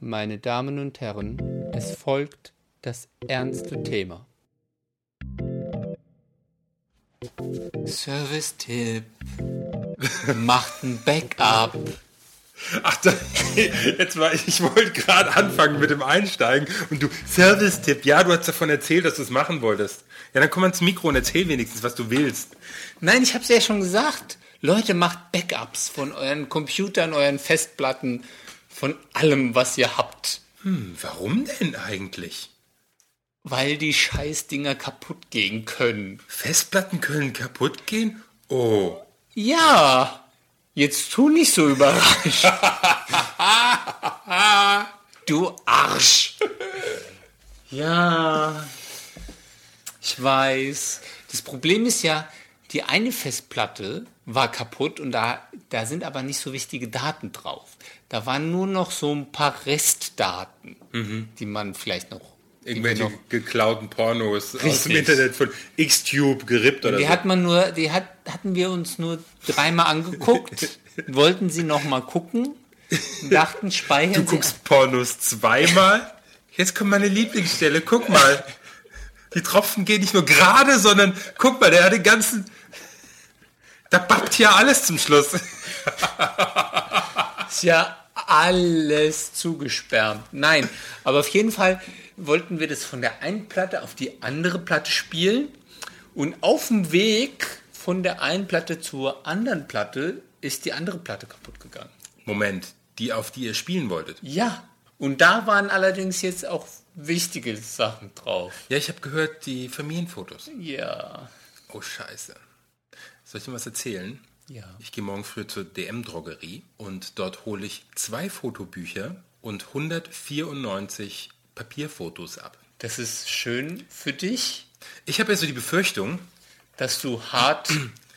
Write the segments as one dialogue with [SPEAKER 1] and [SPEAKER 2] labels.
[SPEAKER 1] Meine Damen und Herren, es folgt das ernste Thema. Service-Tipp. Macht ein Backup.
[SPEAKER 2] Ach, da, jetzt war ich, ich wollte gerade anfangen mit dem Einsteigen und du, Service-Tipp, ja, du hast davon erzählt, dass du es machen wolltest. Ja, dann komm ans Mikro und erzähl wenigstens, was du willst.
[SPEAKER 1] Nein, ich hab's ja schon gesagt. Leute, macht Backups von euren Computern, euren Festplatten, von allem, was ihr habt.
[SPEAKER 2] Hm, warum denn eigentlich?
[SPEAKER 1] Weil die Scheißdinger kaputt gehen können.
[SPEAKER 2] Festplatten können kaputt gehen? Oh,
[SPEAKER 1] Ja, jetzt tu nicht so überrascht. du Arsch. Ja, ich weiß. Das Problem ist ja, die eine Festplatte war kaputt und da, da sind aber nicht so wichtige Daten drauf. Da waren nur noch so ein paar Restdaten, die man vielleicht noch. die wir
[SPEAKER 2] irgendwelche
[SPEAKER 1] noch-
[SPEAKER 2] geklauten Pornos aus dem
[SPEAKER 1] Richtig.
[SPEAKER 2] Internet von Xtube gerippt oder
[SPEAKER 1] Die
[SPEAKER 2] so.
[SPEAKER 1] hat man nur, die hat, hatten wir uns nur dreimal angeguckt, wollten sie noch mal gucken, dachten, speichern
[SPEAKER 2] Du guckst Pornos zweimal. Jetzt kommt meine Lieblingsstelle. Guck mal. Die Tropfen gehen nicht nur gerade, sondern guck mal, der hat den ganzen. Da bappt hier alles zum Schluss.
[SPEAKER 1] ist ja alles zugesperrt. Nein, aber auf jeden Fall wollten wir das von der einen Platte auf die andere Platte spielen und auf dem Weg von der einen Platte zur anderen Platte ist die andere Platte kaputt gegangen.
[SPEAKER 2] Moment, die, auf die ihr spielen wolltet.
[SPEAKER 1] Ja, und da waren allerdings jetzt auch wichtige Sachen drauf.
[SPEAKER 2] Ja, ich habe gehört, die Familienfotos.
[SPEAKER 1] Ja,
[SPEAKER 2] Oh, Scheiße. Soll ich dir was erzählen?
[SPEAKER 1] Ja.
[SPEAKER 2] Ich gehe morgen früh zur DM-Drogerie und dort hole ich zwei Fotobücher und 194 Papierfotos ab.
[SPEAKER 1] das ist schön für dich.
[SPEAKER 2] Ich habe ja so die Befürchtung,
[SPEAKER 1] dass du Hard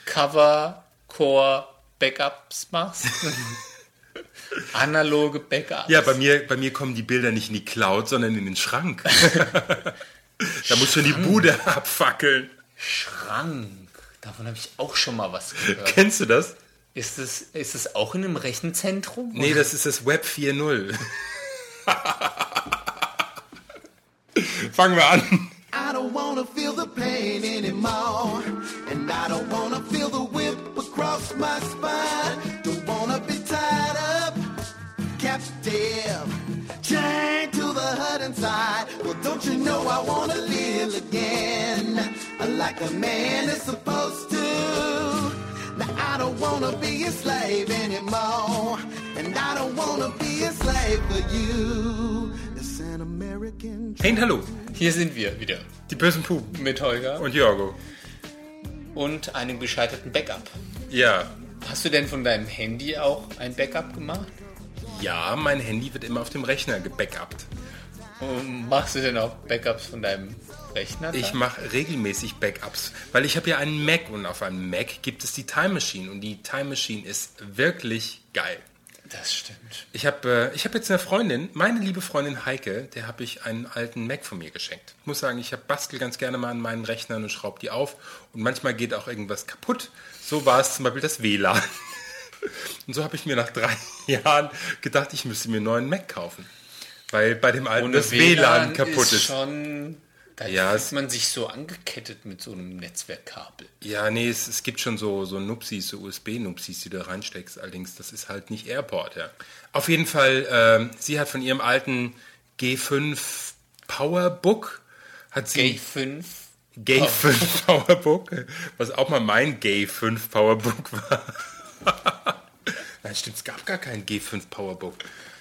[SPEAKER 1] Cover Core Backups machst. Analoge Backups.
[SPEAKER 2] Ja, bei mir, bei mir kommen die Bilder nicht in die Cloud, sondern in den Schrank. da muss schon die Bude abfackeln.
[SPEAKER 1] Schrank. Davon habe ich auch schon mal was gehört.
[SPEAKER 2] Kennst du das?
[SPEAKER 1] Ist es, ist es auch in einem Rechenzentrum?
[SPEAKER 2] Nee, das ist das Web 4.0. Fangen wir an.
[SPEAKER 3] I don't wanna feel the pain anymore. And I don't wanna feel the whip across my spine. Don't wanna be tied up, captive, chained to the hut inside. Well, don't you know I wanna live again? Like a man is supposed to. Now I don't wanna be a slave anymore. And I don't wanna be a slave for you. It's an American
[SPEAKER 2] Hey, und hallo.
[SPEAKER 1] Hier sind wir wieder
[SPEAKER 2] Die bösen Pupen.
[SPEAKER 1] mit Holger
[SPEAKER 2] Und Jorgo.
[SPEAKER 1] und einem gescheiterten Backup.
[SPEAKER 2] Ja.
[SPEAKER 1] Hast du denn von deinem Handy auch ein Backup gemacht?
[SPEAKER 2] Ja, mein Handy wird immer auf dem Rechner gebackupt.
[SPEAKER 1] Und machst du denn auch Backups von deinem Rechner?
[SPEAKER 2] Ich mache regelmäßig Backups, weil ich habe ja einen Mac und auf einem Mac gibt es die Time Machine und die Time Machine ist wirklich geil.
[SPEAKER 1] das stimmt.
[SPEAKER 2] Ich habe äh, ich hab jetzt eine Freundin, meine liebe Freundin Heike, der habe ich einen alten Mac von mir geschenkt. Ich muss sagen, ich hab bastel ganz gerne mal an meinen Rechnern und schraube die auf. Und manchmal geht auch irgendwas kaputt. So war es zum Beispiel das WLAN. Und so habe ich mir nach drei Jahren gedacht, ich müsste mir einen neuen Mac kaufen. Weil bei dem alten das WLAN, kaputt ist.
[SPEAKER 1] ist schon. Da
[SPEAKER 2] Ja,
[SPEAKER 1] fühlt
[SPEAKER 2] es-
[SPEAKER 1] man sich so angekettet mit so einem Netzwerkkabel.
[SPEAKER 2] Ja, nee, es, es gibt schon so, so Nupsis, so USB-Nupsis, die du da reinsteckst. Allerdings, das ist halt nicht Airport, ja. Auf jeden Fall, ähm, sie hat von ihrem alten G5 Powerbook, hat sie
[SPEAKER 1] G5.
[SPEAKER 2] G5 Powerbook, was auch mal mein G5 Powerbook war. Nein, stimmt, es gab gar keinen G5 Powerbook.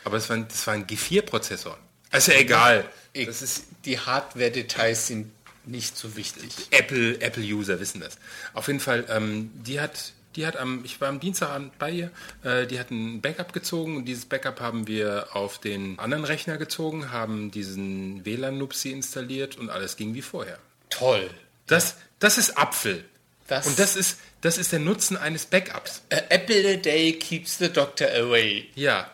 [SPEAKER 2] Aber es war, ein- das war ein G4-Prozessor. Also egal.
[SPEAKER 1] Das ist, die Hardware-Details sind nicht so wichtig.
[SPEAKER 2] Apple, Apple-User wissen das. Auf jeden Fall, ähm, die hat, die hat am, ich war am Dienstagabend bei ihr, äh, die hat ein Backup gezogen und dieses Backup haben wir auf den anderen Rechner gezogen, haben diesen WLAN-Nupsi installiert und alles ging wie vorher.
[SPEAKER 1] Toll.
[SPEAKER 2] Das, das ist Apfel.
[SPEAKER 1] Das-
[SPEAKER 2] und das ist, das ist der Nutzen eines Backups.
[SPEAKER 1] A apple a day keeps the doctor away.
[SPEAKER 2] Ja.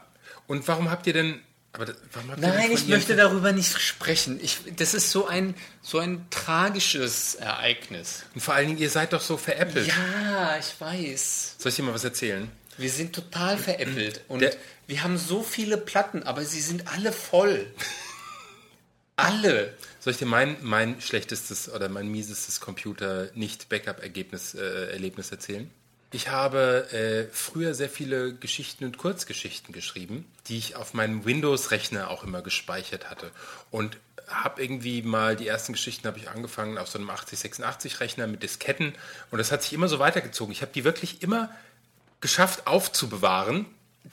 [SPEAKER 2] Und warum habt ihr denn, aber das- warum habt ihr denn
[SPEAKER 1] Nein,
[SPEAKER 2] von
[SPEAKER 1] ich
[SPEAKER 2] ihren-
[SPEAKER 1] möchte darüber nicht sprechen. Ich, das ist so ein, so ein tragisches Ereignis.
[SPEAKER 2] Und vor allen Dingen, ihr seid doch so veräppelt.
[SPEAKER 1] Ja, ich weiß.
[SPEAKER 2] Soll ich dir mal was erzählen?
[SPEAKER 1] Wir sind total veräppelt und
[SPEAKER 2] Der-
[SPEAKER 1] wir haben so viele Platten, aber sie sind alle voll. alle.
[SPEAKER 2] Soll ich dir mein, mein schlechtestes oder mein miesestes Computer-Nicht-Backup-Ergebnis äh, Erlebnis erzählen? Ich habe äh, früher sehr viele Geschichten und Kurzgeschichten geschrieben, die ich auf meinem Windows-Rechner auch immer gespeichert hatte. Und habe irgendwie mal die ersten Geschichten habe ich angefangen auf so einem 8086-Rechner mit Disketten. Und das hat sich immer so weitergezogen. Ich habe die wirklich immer geschafft aufzubewahren.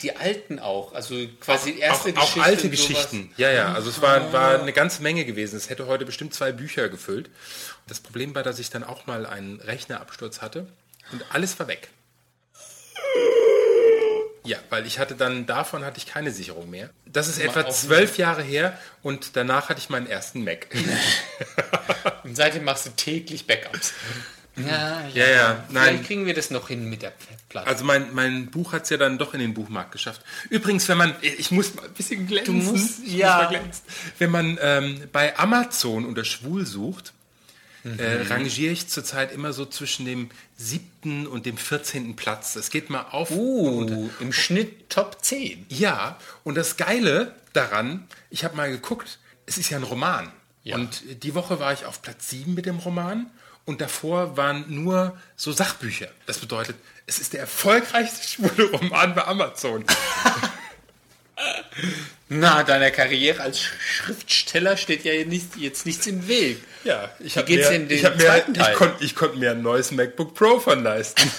[SPEAKER 1] Die alten auch. Also quasi die erste
[SPEAKER 2] auch,
[SPEAKER 1] Geschichte.
[SPEAKER 2] auch alte
[SPEAKER 1] und sowas.
[SPEAKER 2] Geschichten. Ja, ja. Also es war, war eine ganze Menge gewesen. Es hätte heute bestimmt zwei Bücher gefüllt. Das Problem war, dass ich dann auch mal einen Rechnerabsturz hatte und alles war weg. Ja, weil ich hatte dann davon hatte ich keine Sicherung mehr. Das ist etwa
[SPEAKER 1] auf-
[SPEAKER 2] zwölf Jahre her und danach hatte ich meinen ersten Mac.
[SPEAKER 1] Und seitdem machst du täglich Backups. Ja,
[SPEAKER 2] ja, ja. Nein,
[SPEAKER 1] Vielleicht kriegen wir das noch hin mit der Platte.
[SPEAKER 2] Also mein, mein Buch hat es ja dann doch in den Buchmarkt geschafft. Übrigens, wenn man, ich muss mal ein bisschen glänzen.
[SPEAKER 1] Du musst-
[SPEAKER 2] Ich
[SPEAKER 1] ja.
[SPEAKER 2] mal glänzen. Wenn man ähm, bei Amazon unter Schwul sucht,
[SPEAKER 1] Mhm.
[SPEAKER 2] äh, rangiere ich zurzeit immer so zwischen dem siebten und dem 14. Platz. Es geht mal auf.
[SPEAKER 1] uh, im Schnitt Top 10.
[SPEAKER 2] Ja, und das Geile daran, ich habe mal geguckt, es ist ja ein Roman. Und die Woche war ich auf Platz 7 mit dem Roman und davor waren nur so Sachbücher. Das bedeutet, es ist der erfolgreichste schwule Roman bei Amazon.
[SPEAKER 1] Na, deiner Karriere als Sch- Schriftsteller steht ja nicht, jetzt nichts im Weg.
[SPEAKER 2] Ja, ich
[SPEAKER 1] Wie
[SPEAKER 2] habe
[SPEAKER 1] geht's
[SPEAKER 2] mir,
[SPEAKER 1] denn den
[SPEAKER 2] ich hab mir,
[SPEAKER 1] zweiten Teil?
[SPEAKER 2] ich konnt, ich konnt mir ein neues MacBook Pro von leisten.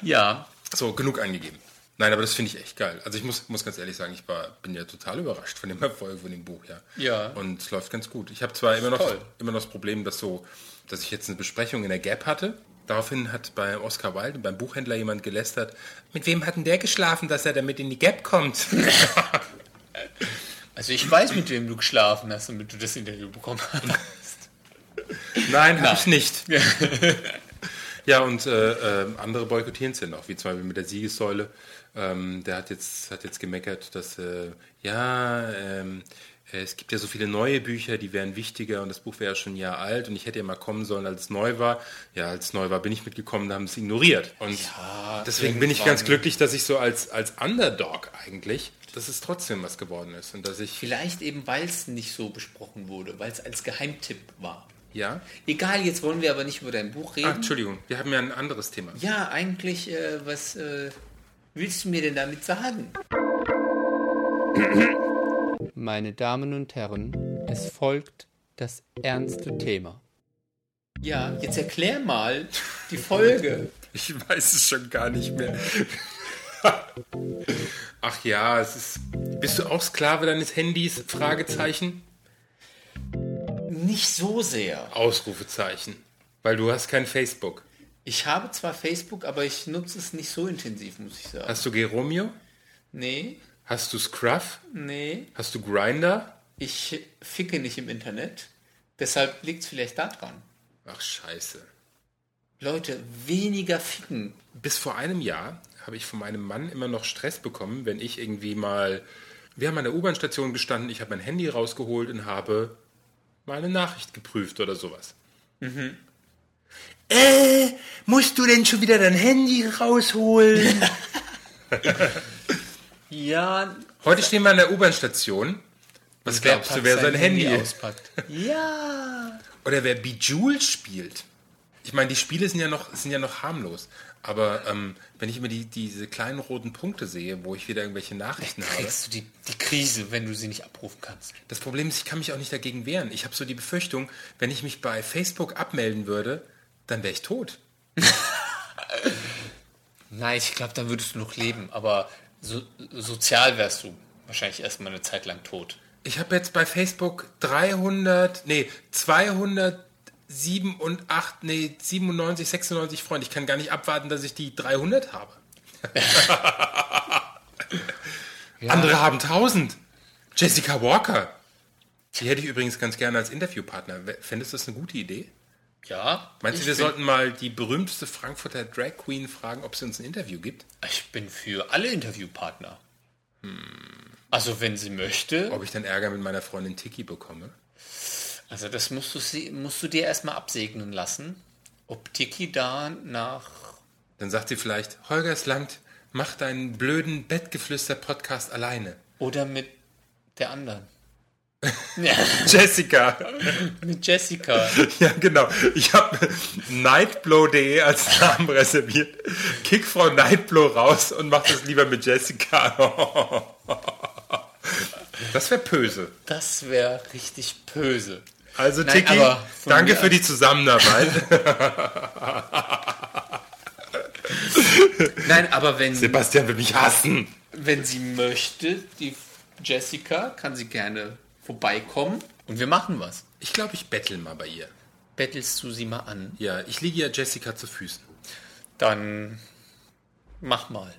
[SPEAKER 1] Ja,
[SPEAKER 2] So, genug angegeben. Nein, aber das finde ich echt geil. Also ich muss, muss ganz ehrlich sagen, ich war, bin ja total überrascht von dem Erfolg von dem Buch, ja.
[SPEAKER 1] Ja.
[SPEAKER 2] Und es läuft ganz gut. Ich habe zwar immer noch,
[SPEAKER 1] Toll.
[SPEAKER 2] immer noch das Problem, dass so, dass ich jetzt eine Besprechung in der Gap hatte. Daraufhin hat bei Oscar Wilde, beim Buchhändler, jemand gelästert, mit wem hat denn der geschlafen, dass er damit in die Gap kommt?
[SPEAKER 1] also ich weiß, mit wem du geschlafen hast, damit du das Interview bekommen hast.
[SPEAKER 2] Nein, habe ich nicht. ja, und äh, ähm, andere boykottieren es ja noch, wie zum Beispiel mit der Siegessäule. Ähm, der hat jetzt, hat jetzt gemeckert, dass äh, ja, ähm, äh, es gibt ja so viele neue Bücher, die wären wichtiger und das Buch wäre ja schon ein Jahr alt und ich hätte ja mal kommen sollen, als es neu war. Ja, als es neu war, bin ich mitgekommen, da haben sie es ignoriert. Und deswegen bin ich ganz
[SPEAKER 1] irgendwann-
[SPEAKER 2] glücklich, dass ich so als, als Underdog eigentlich, dass es trotzdem was geworden ist und dass ich,
[SPEAKER 1] Vielleicht eben, weil es nicht so besprochen wurde, weil es als Geheimtipp war.
[SPEAKER 2] ja.
[SPEAKER 1] Egal, jetzt wollen wir aber nicht über dein Buch
[SPEAKER 2] Ah,
[SPEAKER 1] reden.
[SPEAKER 2] Entschuldigung, wir haben ja ein anderes Thema.
[SPEAKER 1] ja, eigentlich, äh, was äh, willst du mir denn damit sagen? Meine Damen und Herren, es folgt das ernste Thema. Ja, jetzt erklär mal die Folge.
[SPEAKER 2] Ich weiß es schon gar nicht mehr. Ach ja, es ist. Bist du auch Sklave deines Handys? Fragezeichen?
[SPEAKER 1] nicht so sehr.
[SPEAKER 2] Ausrufezeichen. Weil du hast kein Facebook.
[SPEAKER 1] Ich habe zwar Facebook, aber ich nutze es nicht so intensiv, muss ich sagen.
[SPEAKER 2] Hast du Geromeo?
[SPEAKER 1] Nee,
[SPEAKER 2] Hast du Scruff?
[SPEAKER 1] nee.
[SPEAKER 2] Hast du Grinder?
[SPEAKER 1] Ich ficke nicht im Internet. Deshalb liegt es vielleicht daran.
[SPEAKER 2] Ach scheiße.
[SPEAKER 1] Leute, weniger ficken.
[SPEAKER 2] Bis vor einem Jahr habe ich von meinem Mann immer noch Stress bekommen, wenn ich irgendwie mal. Wir haben an der U-Bahn-Station gestanden, ich habe mein Handy rausgeholt und habe meine Nachricht geprüft oder sowas. Mhm. Äh, musst du denn schon wieder dein Handy rausholen?
[SPEAKER 1] Ja,
[SPEAKER 2] Heute stehen wir an der U-Bahn-Station. Was glaubst du, wer sein Handy ist?
[SPEAKER 1] auspackt? ja.
[SPEAKER 2] Oder wer Bejeweled spielt. Ich meine, die Spiele sind ja noch, sind ja noch harmlos. Aber ähm, wenn ich immer die, diese kleinen roten Punkte sehe, wo ich wieder irgendwelche Nachrichten habe.
[SPEAKER 1] Kriegst du die, die Krise, wenn du sie nicht abrufen kannst.
[SPEAKER 2] Das Problem ist, ich kann mich auch nicht dagegen wehren. Ich habe so die Befürchtung, wenn ich mich bei Facebook abmelden würde, dann wäre ich tot.
[SPEAKER 1] Nein, ich glaube, dann würdest du noch leben, aber so, sozial wärst du wahrscheinlich erstmal eine Zeit lang tot.
[SPEAKER 2] Ich habe jetzt bei Facebook 300, nee, 207 und 8, nee, 97, 96 Freunde. Ich kann gar nicht abwarten, dass ich die 300 habe. Andere haben 1000. Jessica Walker. Die hätte ich übrigens ganz gerne als Interviewpartner. W- Fändest du das eine gute Idee?
[SPEAKER 1] Ja.
[SPEAKER 2] Meinst
[SPEAKER 1] ich
[SPEAKER 2] du, wir
[SPEAKER 1] bin-
[SPEAKER 2] sollten mal die berühmteste Frankfurter Drag Queen fragen, ob sie uns ein Interview gibt?
[SPEAKER 1] Ich bin für alle Interviewpartner. Also wenn sie möchte.
[SPEAKER 2] Ob ich dann Ärger mit meiner Freundin Tiki bekomme?
[SPEAKER 1] Also das musst du, sie, musst du dir erstmal absegnen lassen, ob Tiki da nach
[SPEAKER 2] Dann sagt sie vielleicht, Holger Slangt, mach deinen blöden Bettgeflüster-Podcast alleine.
[SPEAKER 1] Oder mit der anderen. ja,
[SPEAKER 2] Jessica.
[SPEAKER 1] mit Jessica.
[SPEAKER 2] Ja, genau. Ich habe nightblow.de als Namen reserviert. Kick Frau Nightblow raus und mach das lieber mit Jessica. Das wäre böse.
[SPEAKER 1] Das wäre richtig böse.
[SPEAKER 2] Also
[SPEAKER 1] Nein,
[SPEAKER 2] Tiki,
[SPEAKER 1] aber von
[SPEAKER 2] danke
[SPEAKER 1] mir
[SPEAKER 2] für die Zusammenarbeit.
[SPEAKER 1] Nein, aber wenn,
[SPEAKER 2] Sebastian will mich hassen.
[SPEAKER 1] wenn sie möchte, die Jessica, kann sie gerne vorbeikommen und wir machen was.
[SPEAKER 2] Ich glaube, ich bettel mal bei ihr.
[SPEAKER 1] Bettelst du sie mal an?
[SPEAKER 2] Ja, ich liege ja Jessica zu Füßen.
[SPEAKER 1] Dann mach mal.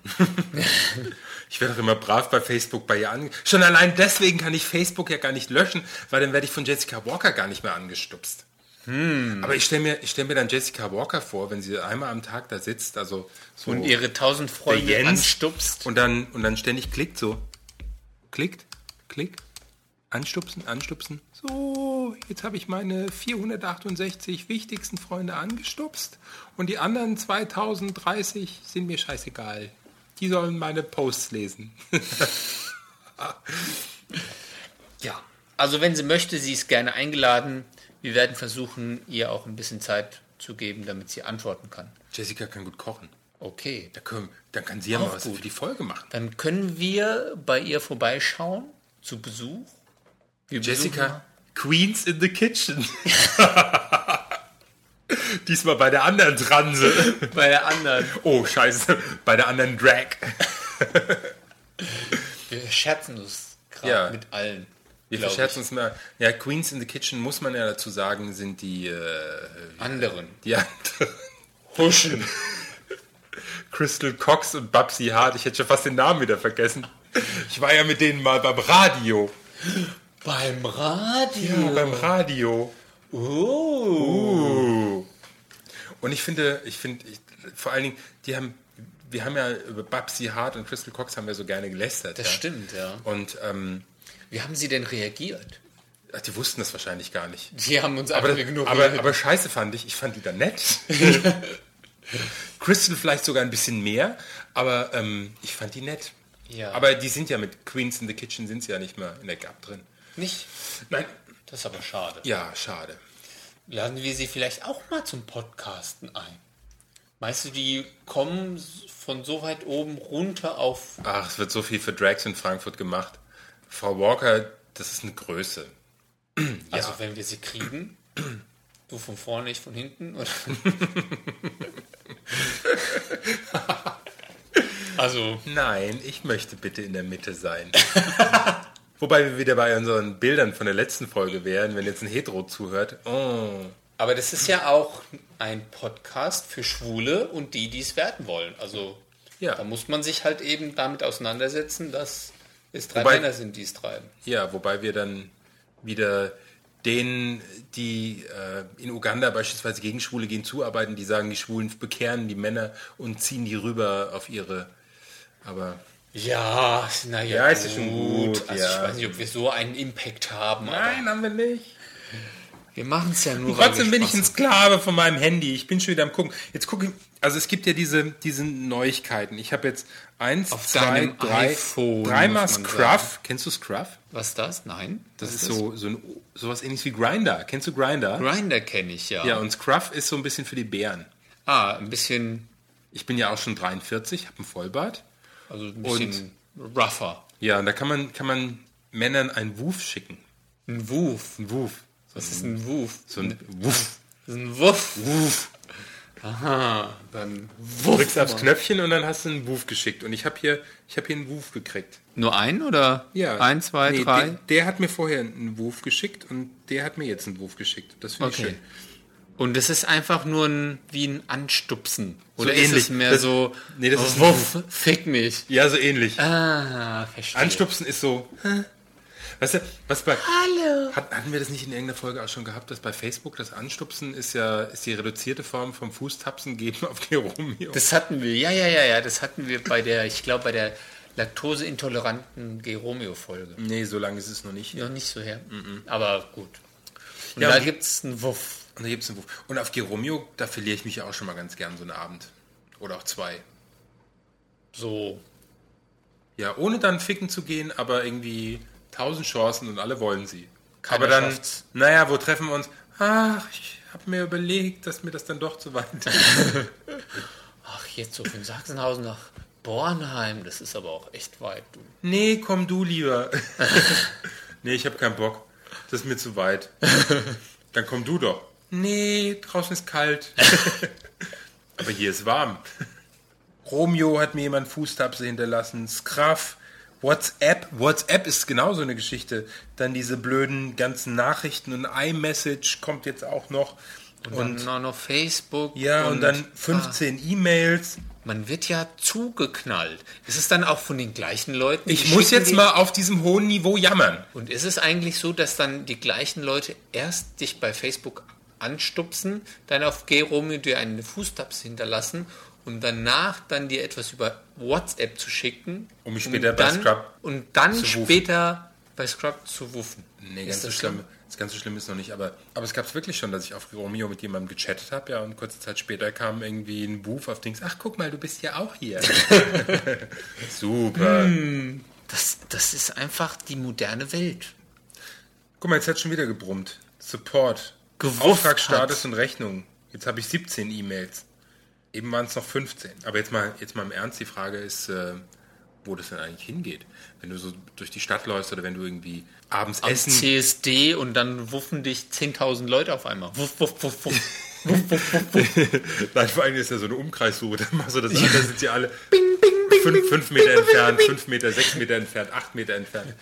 [SPEAKER 2] Ich werde doch immer brav bei Facebook bei ihr ange... Schon allein deswegen kann ich Facebook ja gar nicht löschen, weil dann werde ich von Jessica Walker gar nicht mehr angestupst. Aber ich stelle mir, ich stell mir dann Jessica Walker vor, wenn sie einmal am Tag da sitzt, also so
[SPEAKER 1] Und ihre tausend
[SPEAKER 2] Der
[SPEAKER 1] Freunde
[SPEAKER 2] Äh, Jens
[SPEAKER 1] anstupst.
[SPEAKER 2] und dann, und dann ständig klickt so. Klickt, klick, anstupsen, anstupsen. So, jetzt habe ich meine 468 wichtigsten Freunde angestupst und die anderen 2030 sind mir scheißegal. Die sollen meine Posts lesen.
[SPEAKER 1] Ja. Also wenn sie möchte, sie ist gerne eingeladen. Wir werden versuchen, ihr auch ein bisschen Zeit zu geben, damit sie antworten kann.
[SPEAKER 2] Jessica kann gut kochen.
[SPEAKER 1] Okay.
[SPEAKER 2] Da können, dann kann sie ja
[SPEAKER 1] Auch
[SPEAKER 2] mal was
[SPEAKER 1] gut.
[SPEAKER 2] für die Folge machen.
[SPEAKER 1] Dann können wir bei ihr vorbeischauen zu Besuch. Wir besuchen-
[SPEAKER 2] Jessica, Queens in the Kitchen. Diesmal bei der anderen Transe.
[SPEAKER 1] bei der anderen.
[SPEAKER 2] Oh, scheiße. Bei der anderen Drag.
[SPEAKER 1] Wir scherzen uns gerade
[SPEAKER 2] Ja.
[SPEAKER 1] mit allen.
[SPEAKER 2] Wir
[SPEAKER 1] glaub
[SPEAKER 2] verscherzen uns mal. Ja, Queens in the Kitchen, muss man ja dazu sagen, sind die, äh,
[SPEAKER 1] ich. anderen.
[SPEAKER 2] die anderen. Huschen. Crystal Cox und Babsi Hart. Ich hätte schon fast den Namen wieder vergessen. Ich war ja mit denen mal beim Radio.
[SPEAKER 1] Beim Radio.
[SPEAKER 2] Ja, beim Radio.
[SPEAKER 1] Oh.
[SPEAKER 2] Und ich finde, ich finde, ich, vor allen Dingen, die haben, wir haben ja über Babsi Hart und Crystal Cox haben wir so gerne gelästert.
[SPEAKER 1] Das
[SPEAKER 2] ja.
[SPEAKER 1] stimmt, ja.
[SPEAKER 2] Und ähm,
[SPEAKER 1] Wie haben sie denn reagiert?
[SPEAKER 2] ach, die wussten das wahrscheinlich gar nicht.
[SPEAKER 1] Sie haben uns
[SPEAKER 2] Aber,
[SPEAKER 1] einfach ignoriert.
[SPEAKER 2] aber, aber scheiße fand ich, ich fand die dann nett. Crystal vielleicht sogar ein bisschen mehr, aber ähm, ich fand die nett.
[SPEAKER 1] Ja.
[SPEAKER 2] Aber die sind ja mit Queens in the Kitchen sind sie ja nicht mehr in der Gap drin.
[SPEAKER 1] nicht.
[SPEAKER 2] Nein.
[SPEAKER 1] Das ist aber schade.
[SPEAKER 2] Ja, schade.
[SPEAKER 1] Laden wir sie vielleicht auch mal zum Podcasten ein. Meinst du, die kommen von so weit oben runter auf.
[SPEAKER 2] Ach, es wird so viel für Drags in Frankfurt gemacht. Frau Walker, das ist eine Größe.
[SPEAKER 1] Also, wenn wir sie kriegen. Du von vorne, ich von hinten. Oder? also,
[SPEAKER 2] Nein, ich möchte bitte in der Mitte sein. Wobei wir wieder bei unseren Bildern von der letzten Folge wären, wenn jetzt ein Hetero zuhört. Oh.
[SPEAKER 1] aber das ist ja auch ein Podcast für Schwule und die, die es werden wollen. Also,
[SPEAKER 2] Ja.
[SPEAKER 1] da muss man sich halt eben damit auseinandersetzen, dass es drei
[SPEAKER 2] Wobei-
[SPEAKER 1] Männer sind, die es treiben.
[SPEAKER 2] Ja, wobei wir dann wieder denen, die äh, in Uganda beispielsweise gegen Schwule gehen, zuarbeiten, die sagen, die Schwulen bekehren die Männer und ziehen die rüber auf ihre. Aber
[SPEAKER 1] Ja, naja,
[SPEAKER 2] Ja,
[SPEAKER 1] ja,
[SPEAKER 2] es
[SPEAKER 1] gut.
[SPEAKER 2] ist schon gut,
[SPEAKER 1] also
[SPEAKER 2] ja.
[SPEAKER 1] ich weiß nicht, ob wir so einen Impact haben.
[SPEAKER 2] nein, haben wir nicht.
[SPEAKER 1] aber wir machen es ja nur. weil
[SPEAKER 2] Trotzdem
[SPEAKER 1] wir
[SPEAKER 2] bin ich
[SPEAKER 1] Spaß
[SPEAKER 2] ein Sklave von meinem Handy. Ich bin schon wieder am gucken. Jetzt gucke ich. Also es gibt ja diese, diese Neuigkeiten. Ich habe jetzt eins,
[SPEAKER 1] Auf
[SPEAKER 2] zwei,
[SPEAKER 1] deinem
[SPEAKER 2] drei,
[SPEAKER 1] iPhone,
[SPEAKER 2] dreimal
[SPEAKER 1] muss man
[SPEAKER 2] Scruff. Kennst du Scruff?
[SPEAKER 1] haben. Was ist das? Nein.
[SPEAKER 2] Das ist so so ein, sowas ähnliches wie Grinder. Kennst du Grinder?
[SPEAKER 1] Grinder kenne ich ja.
[SPEAKER 2] Ja, und Scruff ist so ein bisschen für die Bären.
[SPEAKER 1] Ah, ein bisschen,
[SPEAKER 2] Ich bin ja auch schon 43, habe einen Vollbart.
[SPEAKER 1] also ein bisschen rougher.
[SPEAKER 2] Ja, und da kann man, kann man Männern einen Wuf schicken.
[SPEAKER 1] Ein Wuf.
[SPEAKER 2] Ein Wuf. So,
[SPEAKER 1] Das ist ein Wuf.
[SPEAKER 2] so ein Wuf.
[SPEAKER 1] Das ist ein Wuff.
[SPEAKER 2] Wuf.
[SPEAKER 1] Aha, dann Wuff.
[SPEAKER 2] Drückst aufs Knöpfchen und dann hast du einen Wuf geschickt. Und ich habe hier, ich hab hier einen Wuf gekriegt.
[SPEAKER 1] Nur ein oder?
[SPEAKER 2] Ja.
[SPEAKER 1] Eins, zwei,
[SPEAKER 2] Nee,
[SPEAKER 1] drei.
[SPEAKER 2] Der, der hat mir vorher einen Wuf geschickt und der hat mir jetzt einen Wuf geschickt. Das finde ich
[SPEAKER 1] Okay.
[SPEAKER 2] schön.
[SPEAKER 1] Und das ist einfach nur ein, wie ein Anstupsen. Oder ist
[SPEAKER 2] ähnlich.
[SPEAKER 1] es mehr
[SPEAKER 2] Das-
[SPEAKER 1] so,
[SPEAKER 2] nee, das ist ein
[SPEAKER 1] Wuff, fick mich.
[SPEAKER 2] Ja, so ähnlich.
[SPEAKER 1] Ah, verstehe.
[SPEAKER 2] Anstupsen ist so. hä? Weißt du, was bei. Hat, hatten wir das nicht in irgendeiner Folge auch schon gehabt, dass bei Facebook das Anstupsen ist ja ist die reduzierte Form vom Fußtapsen geben auf Geromeo?
[SPEAKER 1] Das hatten wir, ja, ja, ja, ja, das hatten wir bei der, ich glaube, bei der laktoseintoleranten Geromeo-Folge.
[SPEAKER 2] Nee, so lange ist es noch nicht.
[SPEAKER 1] Noch nicht so her, aber gut. Und
[SPEAKER 2] Mhm. Ja,
[SPEAKER 1] da
[SPEAKER 2] und-
[SPEAKER 1] gibt es einen Wuff.
[SPEAKER 2] Und da gibt's einen Wurf. Und auf Geromeo, da verliere ich mich ja auch schon mal ganz gern so einen Abend. Oder auch zwei.
[SPEAKER 1] So.
[SPEAKER 2] Ja, ohne dann ficken zu gehen, aber irgendwie tausend Chancen und alle wollen sie.
[SPEAKER 1] Keiner
[SPEAKER 2] aber dann,
[SPEAKER 1] schafft's.
[SPEAKER 2] naja, wo treffen wir uns? Ach, ich habe mir überlegt, dass mir das dann doch zu weit ist.
[SPEAKER 1] Ach, jetzt so von Sachsenhausen nach Bornheim. Das ist aber auch echt weit. Du.
[SPEAKER 2] Nee, komm du lieber. nee, ich habe keinen Bock. Das ist mir zu weit. Dann komm du doch. Nee, draußen ist kalt. Aber hier ist warm. Romeo hat mir jemand Fußtapse hinterlassen. Scruff. WhatsApp. WhatsApp ist genauso eine Geschichte. Dann diese blöden ganzen Nachrichten und iMessage kommt jetzt auch noch. Und,
[SPEAKER 1] Und dann auch noch Facebook. ah,
[SPEAKER 2] ja, und, dann 15 E-Mails.
[SPEAKER 1] Man wird ja zugeknallt. Ist es dann auch von den gleichen Leuten? die
[SPEAKER 2] Ich muss
[SPEAKER 1] schicken
[SPEAKER 2] jetzt
[SPEAKER 1] die-
[SPEAKER 2] mal auf diesem hohen Niveau jammern.
[SPEAKER 1] Und ist es eigentlich so, dass dann die gleichen Leute erst dich bei Facebook anstupsen, dann auf G-Romeo dir einen Fußtaps hinterlassen und danach dann dir etwas über WhatsApp zu schicken,
[SPEAKER 2] Um später bei
[SPEAKER 1] dann,
[SPEAKER 2] Scrub
[SPEAKER 1] und dann
[SPEAKER 2] zu wuffen.
[SPEAKER 1] später bei Scrub zu wuffen.
[SPEAKER 2] Nee,
[SPEAKER 1] Ist
[SPEAKER 2] ganz so
[SPEAKER 1] das
[SPEAKER 2] schlimm. Das ganz so schlimm ist noch nicht, aber, aber es gab es wirklich schon, dass ich auf Romeo mit jemandem gechattet habe, ja, und kurze Zeit später kam irgendwie ein Buff auf Dings, ach guck mal, du bist ja auch hier. Hm. Super.
[SPEAKER 1] Das, das ist einfach die moderne Welt.
[SPEAKER 2] Guck mal, jetzt hat schon wieder gebrummt. Support.
[SPEAKER 1] Gewufft
[SPEAKER 2] Auftrag, Status
[SPEAKER 1] hat's.
[SPEAKER 2] und Rechnung. Jetzt habe ich 17 E-Mails. Eben waren es noch 15. Aber jetzt mal, jetzt mal im Ernst, die Frage ist, äh, wo das denn eigentlich hingeht. Wenn du so durch die Stadt läufst oder wenn du irgendwie abends essen
[SPEAKER 1] CSD und dann wuffen dich 10.000 Leute auf einmal. Wuff, wuff, wuff, wuff.
[SPEAKER 2] Nein, vor allem ist ja so eine Umkreissuche. Dann machst du das an, da sind sie alle fünf, fünf Meter entfernt, fünf Meter, sechs Meter entfernt, acht Meter entfernt.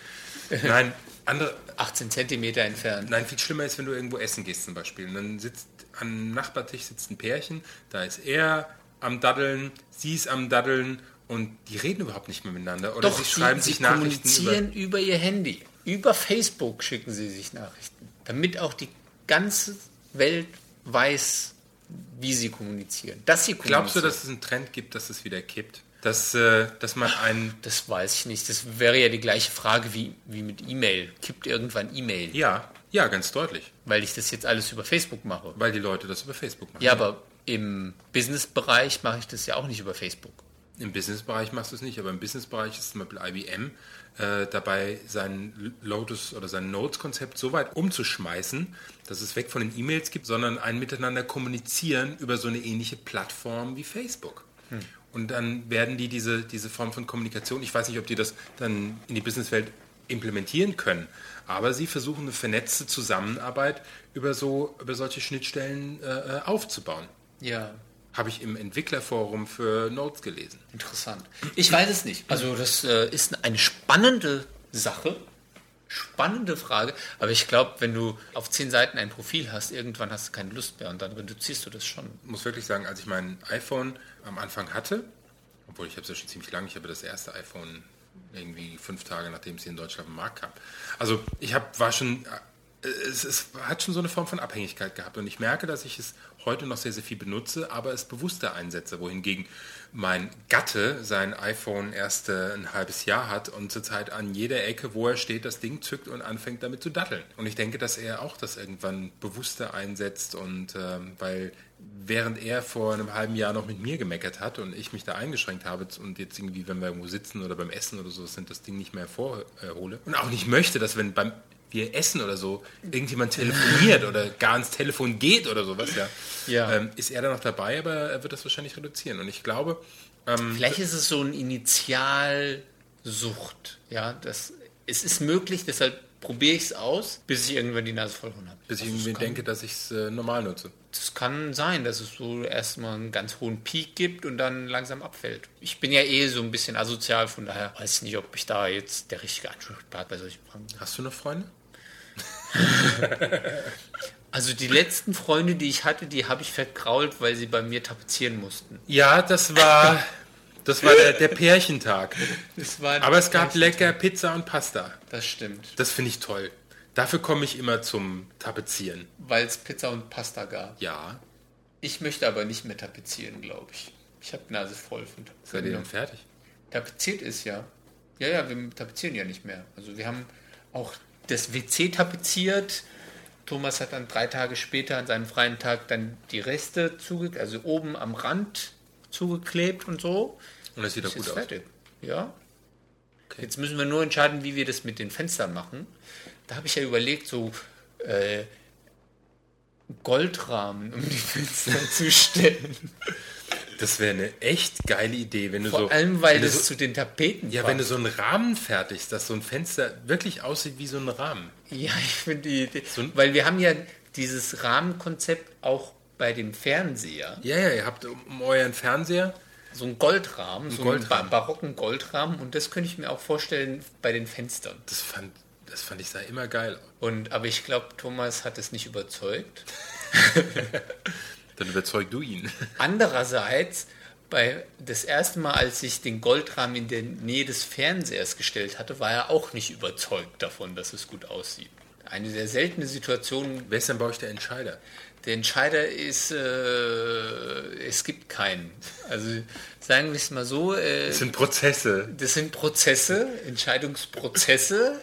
[SPEAKER 2] Nein, andere,
[SPEAKER 1] 18 Zentimeter entfernt.
[SPEAKER 2] nein, viel schlimmer ist, wenn du irgendwo essen gehst zum Beispiel. Und dann sitzt am Nachbartisch sitzt ein Pärchen, da ist er am Daddeln, sie ist am Daddeln und die reden überhaupt nicht mehr miteinander. Oder
[SPEAKER 1] Doch,
[SPEAKER 2] sie
[SPEAKER 1] sie,
[SPEAKER 2] schreiben
[SPEAKER 1] sie
[SPEAKER 2] sich Nachrichten über.
[SPEAKER 1] kommunizieren über, ihr Handy. Über Facebook schicken sie sich Nachrichten, damit auch die ganze Welt weiß, wie sie kommunizieren. Dass sie kommunizieren.
[SPEAKER 2] Glaubst du, dass es einen Trend gibt, dass es wieder kippt? Dass, äh, dass man einen
[SPEAKER 1] Das weiß ich nicht. Das wäre ja die gleiche Frage wie, wie mit E-Mail. Kippt irgendwann E-Mail,
[SPEAKER 2] Ja, ja, ganz deutlich.
[SPEAKER 1] weil ich das jetzt alles über Facebook mache.
[SPEAKER 2] Weil die Leute das über Facebook machen.
[SPEAKER 1] Ja, aber im Business-Bereich mache ich das ja auch nicht über Facebook.
[SPEAKER 2] Im Businessbereich machst du es nicht, aber im Businessbereich ist zum Beispiel IBM äh, dabei, sein Lotus oder sein Notes-Konzept so weit umzuschmeißen, dass es weg von den E-Mails gibt, sondern ein Miteinander kommunizieren über so eine ähnliche Plattform wie Facebook. Und dann werden die diese, diese Form von Kommunikation, ich weiß nicht, ob die das dann in die Businesswelt implementieren können, aber sie versuchen eine vernetzte Zusammenarbeit über, so, über solche Schnittstellen äh, äh, aufzubauen.
[SPEAKER 1] Ja,
[SPEAKER 2] Habe ich im Entwicklerforum für Notes gelesen.
[SPEAKER 1] Interessant. Ich weiß es nicht. Also das äh, ist eine spannende Sache, spannende Frage. Aber ich glaube, wenn du auf zehn Seiten ein Profil hast, irgendwann hast du keine Lust mehr und dann reduzierst du das schon.
[SPEAKER 2] muss wirklich sagen, als ich mein iPhone am Anfang hatte, obwohl ich habe es ja schon ziemlich lange, ich habe das erste iPhone irgendwie fünf Tage, nachdem es hier in Deutschland am Markt kam. Also ich habe, war schon, äh, es, es hat schon so eine Form von Abhängigkeit gehabt und ich merke, dass ich es heute noch sehr, sehr viel benutze, aber es bewusster einsetze, wohingegen mein Gatte sein iPhone erst äh, ein halbes Jahr hat und zurzeit an jeder Ecke, wo er steht, das Ding zückt und anfängt damit zu daddeln. Und ich denke, dass er auch das irgendwann bewusster einsetzt und ähm, weil während er vor einem halben Jahr noch mit mir gemeckert hat und ich mich da eingeschränkt habe und jetzt irgendwie, wenn wir irgendwo sitzen oder beim Essen oder so sind, das Ding nicht mehr hervorhole und auch nicht möchte, dass wenn beim wir essen oder so, irgendjemand telefoniert oder gar ans Telefon geht oder sowas, ja,
[SPEAKER 1] Ja.
[SPEAKER 2] Ähm, ist er da noch dabei, aber er wird das wahrscheinlich reduzieren. Und ich glaube,
[SPEAKER 1] Vielleicht ist es so eine Initialsucht. Ja, das, es ist möglich, deshalb probiere ich es aus, bis ich irgendwann die Nase voll habe.
[SPEAKER 2] Bis ich irgendwie denke, dass ich es äh, normal nutze.
[SPEAKER 1] Es kann sein, dass es so erstmal einen ganz hohen Peak gibt und dann langsam abfällt. Ich bin ja eh so ein bisschen asozial, von daher weiß ich nicht, ob ich da jetzt der richtige Also Ansprechpartner bei solchen Fragen bin.
[SPEAKER 2] Hast du noch Freunde?
[SPEAKER 1] Also die letzten Freunde, die ich hatte, die habe ich vergrault, weil sie bei mir tapezieren mussten.
[SPEAKER 2] Ja, das war, das war der, der Pärchentag.
[SPEAKER 1] Das war
[SPEAKER 2] Aber es gab lecker Pizza und Pasta.
[SPEAKER 1] Das stimmt,
[SPEAKER 2] Das finde ich toll. Dafür komme ich immer zum Tapezieren.
[SPEAKER 1] weil es Pizza und Pasta gab.
[SPEAKER 2] Ja,
[SPEAKER 1] Ich möchte aber nicht mehr tapezieren, glaube ich. Ich habe Nase voll von
[SPEAKER 2] seid ihr dann
[SPEAKER 1] Tapezieren.
[SPEAKER 2] fertig?
[SPEAKER 1] Tapeziert ist ja. Ja, ja, wir tapezieren ja nicht mehr. Also wir haben auch das WC tapeziert. Thomas hat dann drei Tage später an seinem freien Tag dann die Reste zuge, also oben am Rand zugeklebt und so.
[SPEAKER 2] Und das sieht doch
[SPEAKER 1] Ist
[SPEAKER 2] gut
[SPEAKER 1] jetzt
[SPEAKER 2] aus.
[SPEAKER 1] fertig. Ja. Jetzt müssen wir nur entscheiden, wie wir das mit den Fenstern machen. Da habe ich ja überlegt, so äh, Goldrahmen um die Fenster zu stellen.
[SPEAKER 2] Das wäre eine echt geile Idee, wenn du
[SPEAKER 1] Vor
[SPEAKER 2] so.
[SPEAKER 1] allem, weil
[SPEAKER 2] wenn du
[SPEAKER 1] das
[SPEAKER 2] so,
[SPEAKER 1] zu den Tapeten
[SPEAKER 2] Ja, wenn du so einen Rahmen fertigst, dass so ein Fenster wirklich aussieht wie so ein Rahmen.
[SPEAKER 1] Ja, ich finde die Idee.
[SPEAKER 2] ein-
[SPEAKER 1] weil wir haben ja dieses Rahmenkonzept auch bei dem Fernseher.
[SPEAKER 2] Ja, ja, ihr habt um, um euren Fernseher.
[SPEAKER 1] So ein Goldrahmen, so
[SPEAKER 2] Goldrahmen.
[SPEAKER 1] einen ba- barocken Goldrahmen. Und das könnte ich mir auch vorstellen bei den Fenstern.
[SPEAKER 2] Das fand, das fand ich sah immer geil aus.
[SPEAKER 1] Und, aber ich glaube, Thomas hat es nicht überzeugt.
[SPEAKER 2] Dann überzeug du ihn.
[SPEAKER 1] Andererseits, bei, das erste Mal, als ich den Goldrahmen in der Nähe des Fernsehers gestellt hatte, war er auch nicht überzeugt davon, dass es gut aussieht. Eine sehr seltene Situation.
[SPEAKER 2] Wer ist denn bei euch der Entscheider?
[SPEAKER 1] Der Entscheider ist, äh, es gibt keinen. Also sagen wir es mal so, äh,
[SPEAKER 2] Das sind Prozesse,
[SPEAKER 1] das sind Prozesse, Entscheidungsprozesse,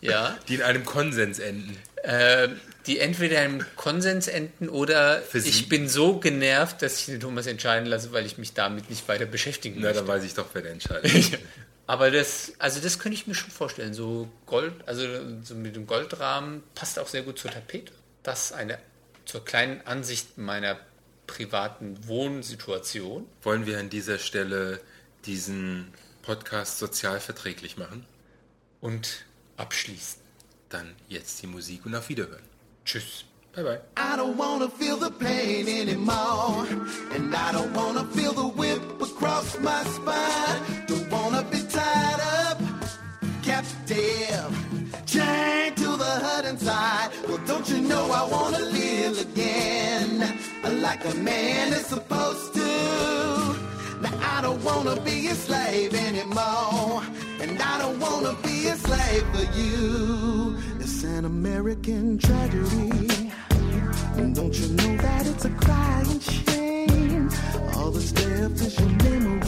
[SPEAKER 1] ja,
[SPEAKER 2] die in einem Konsens enden.
[SPEAKER 1] äh, die entweder im Konsens enden oder
[SPEAKER 2] Sie.
[SPEAKER 1] ich bin so genervt, dass ich den Thomas entscheiden lasse, weil ich mich damit nicht weiter beschäftigen
[SPEAKER 2] Na,
[SPEAKER 1] möchte.
[SPEAKER 2] dann weiß ich doch, wer der Entscheider ist.
[SPEAKER 1] Aber das, also das könnte ich mir schon vorstellen. So Gold, also so mit dem Goldrahmen passt auch sehr gut zur Tapete. Das ist eine zur kleinen Ansicht meiner privaten Wohnsituation.
[SPEAKER 2] Wollen wir an dieser Stelle diesen Podcast sozialverträglich machen?
[SPEAKER 1] Und abschließen.
[SPEAKER 2] Dann jetzt die Musik und auf Wiederhören.
[SPEAKER 1] Tschüss.
[SPEAKER 2] Bye, bye.
[SPEAKER 3] I don't wanna feel the pain anymore. And I don't wanna feel the whip across my spine. Don't wanna be tied up, captive, chained to the hurt inside. Well, don't you know I wanna live again? Like a man is supposed to. Now I don't wanna be a slave anymore. And I don't wanna be a slave for you. It's an American tragedy. And Don't you know that it's a crying shame? All that's left is your memory.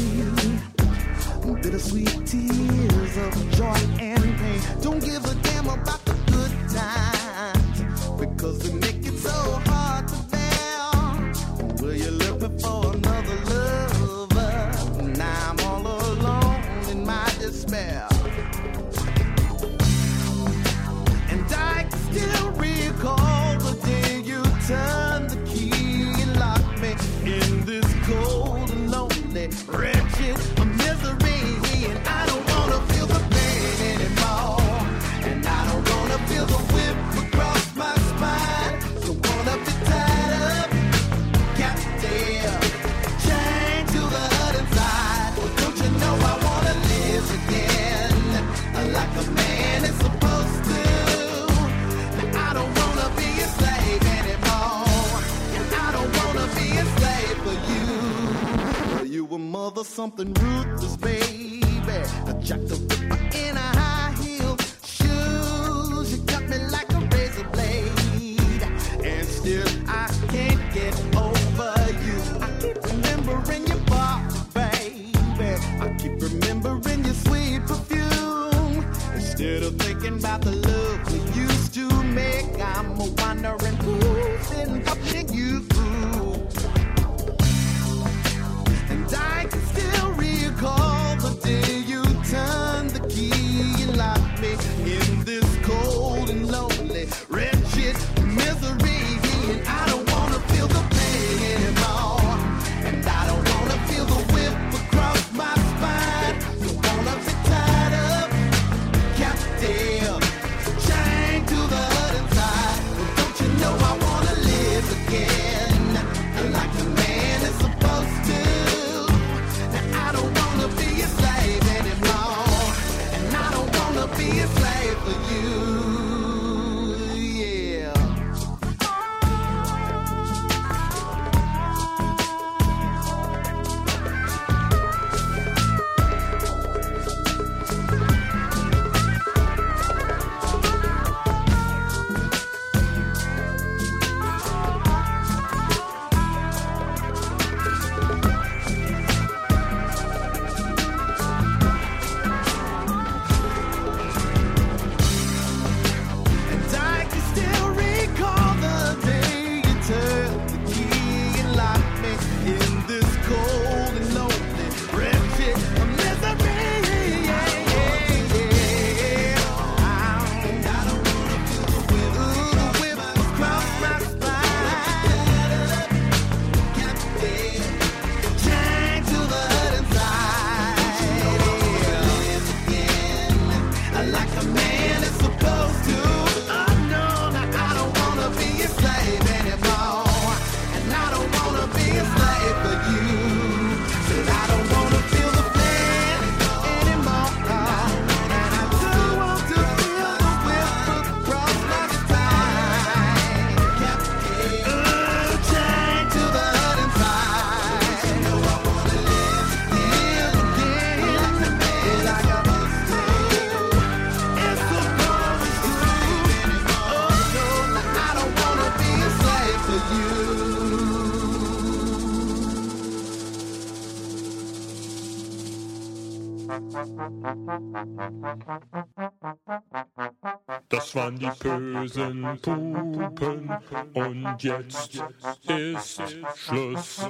[SPEAKER 3] Bittersweet tears of joy and pain. Don't give a damn about the good times because they make it so hard to bear. Were you looking for another lover? Now I'm all alone in my despair. And I can still recall the day you turned the key and locked me in this cold and lonely, wretched misery. And I don't wanna feel the pain anymore. And I don't wanna feel the whip across my spine. Don't wanna be tied up, captive, chained to the hurt inside. Well, don't you know I wanna live again? Like a man is supposed to. I don't wanna be a slave anymore. And I don't wanna be a slave for you. Well, you were mother something ruthless, baby. A jack the ripper in a high heel shoes. You cut me like a razor blade. And still I can't get over you. I keep remembering your bar, baby. I keep remembering your sweet perfume. Instead of thinking about the love we used to make, I'm a wandering who's in helping you through. And I can still recall the day you turned the key and locked me in this cold and lonely, wretched misery. And I don't wanna feel the pain anymore. And I don't wanna feel the whip across my spine. Don't wanna be tied up, captive, chained to the hurt inside. Well, don't you know
[SPEAKER 4] Das waren die bösen Pupen und jetzt ist Schluss.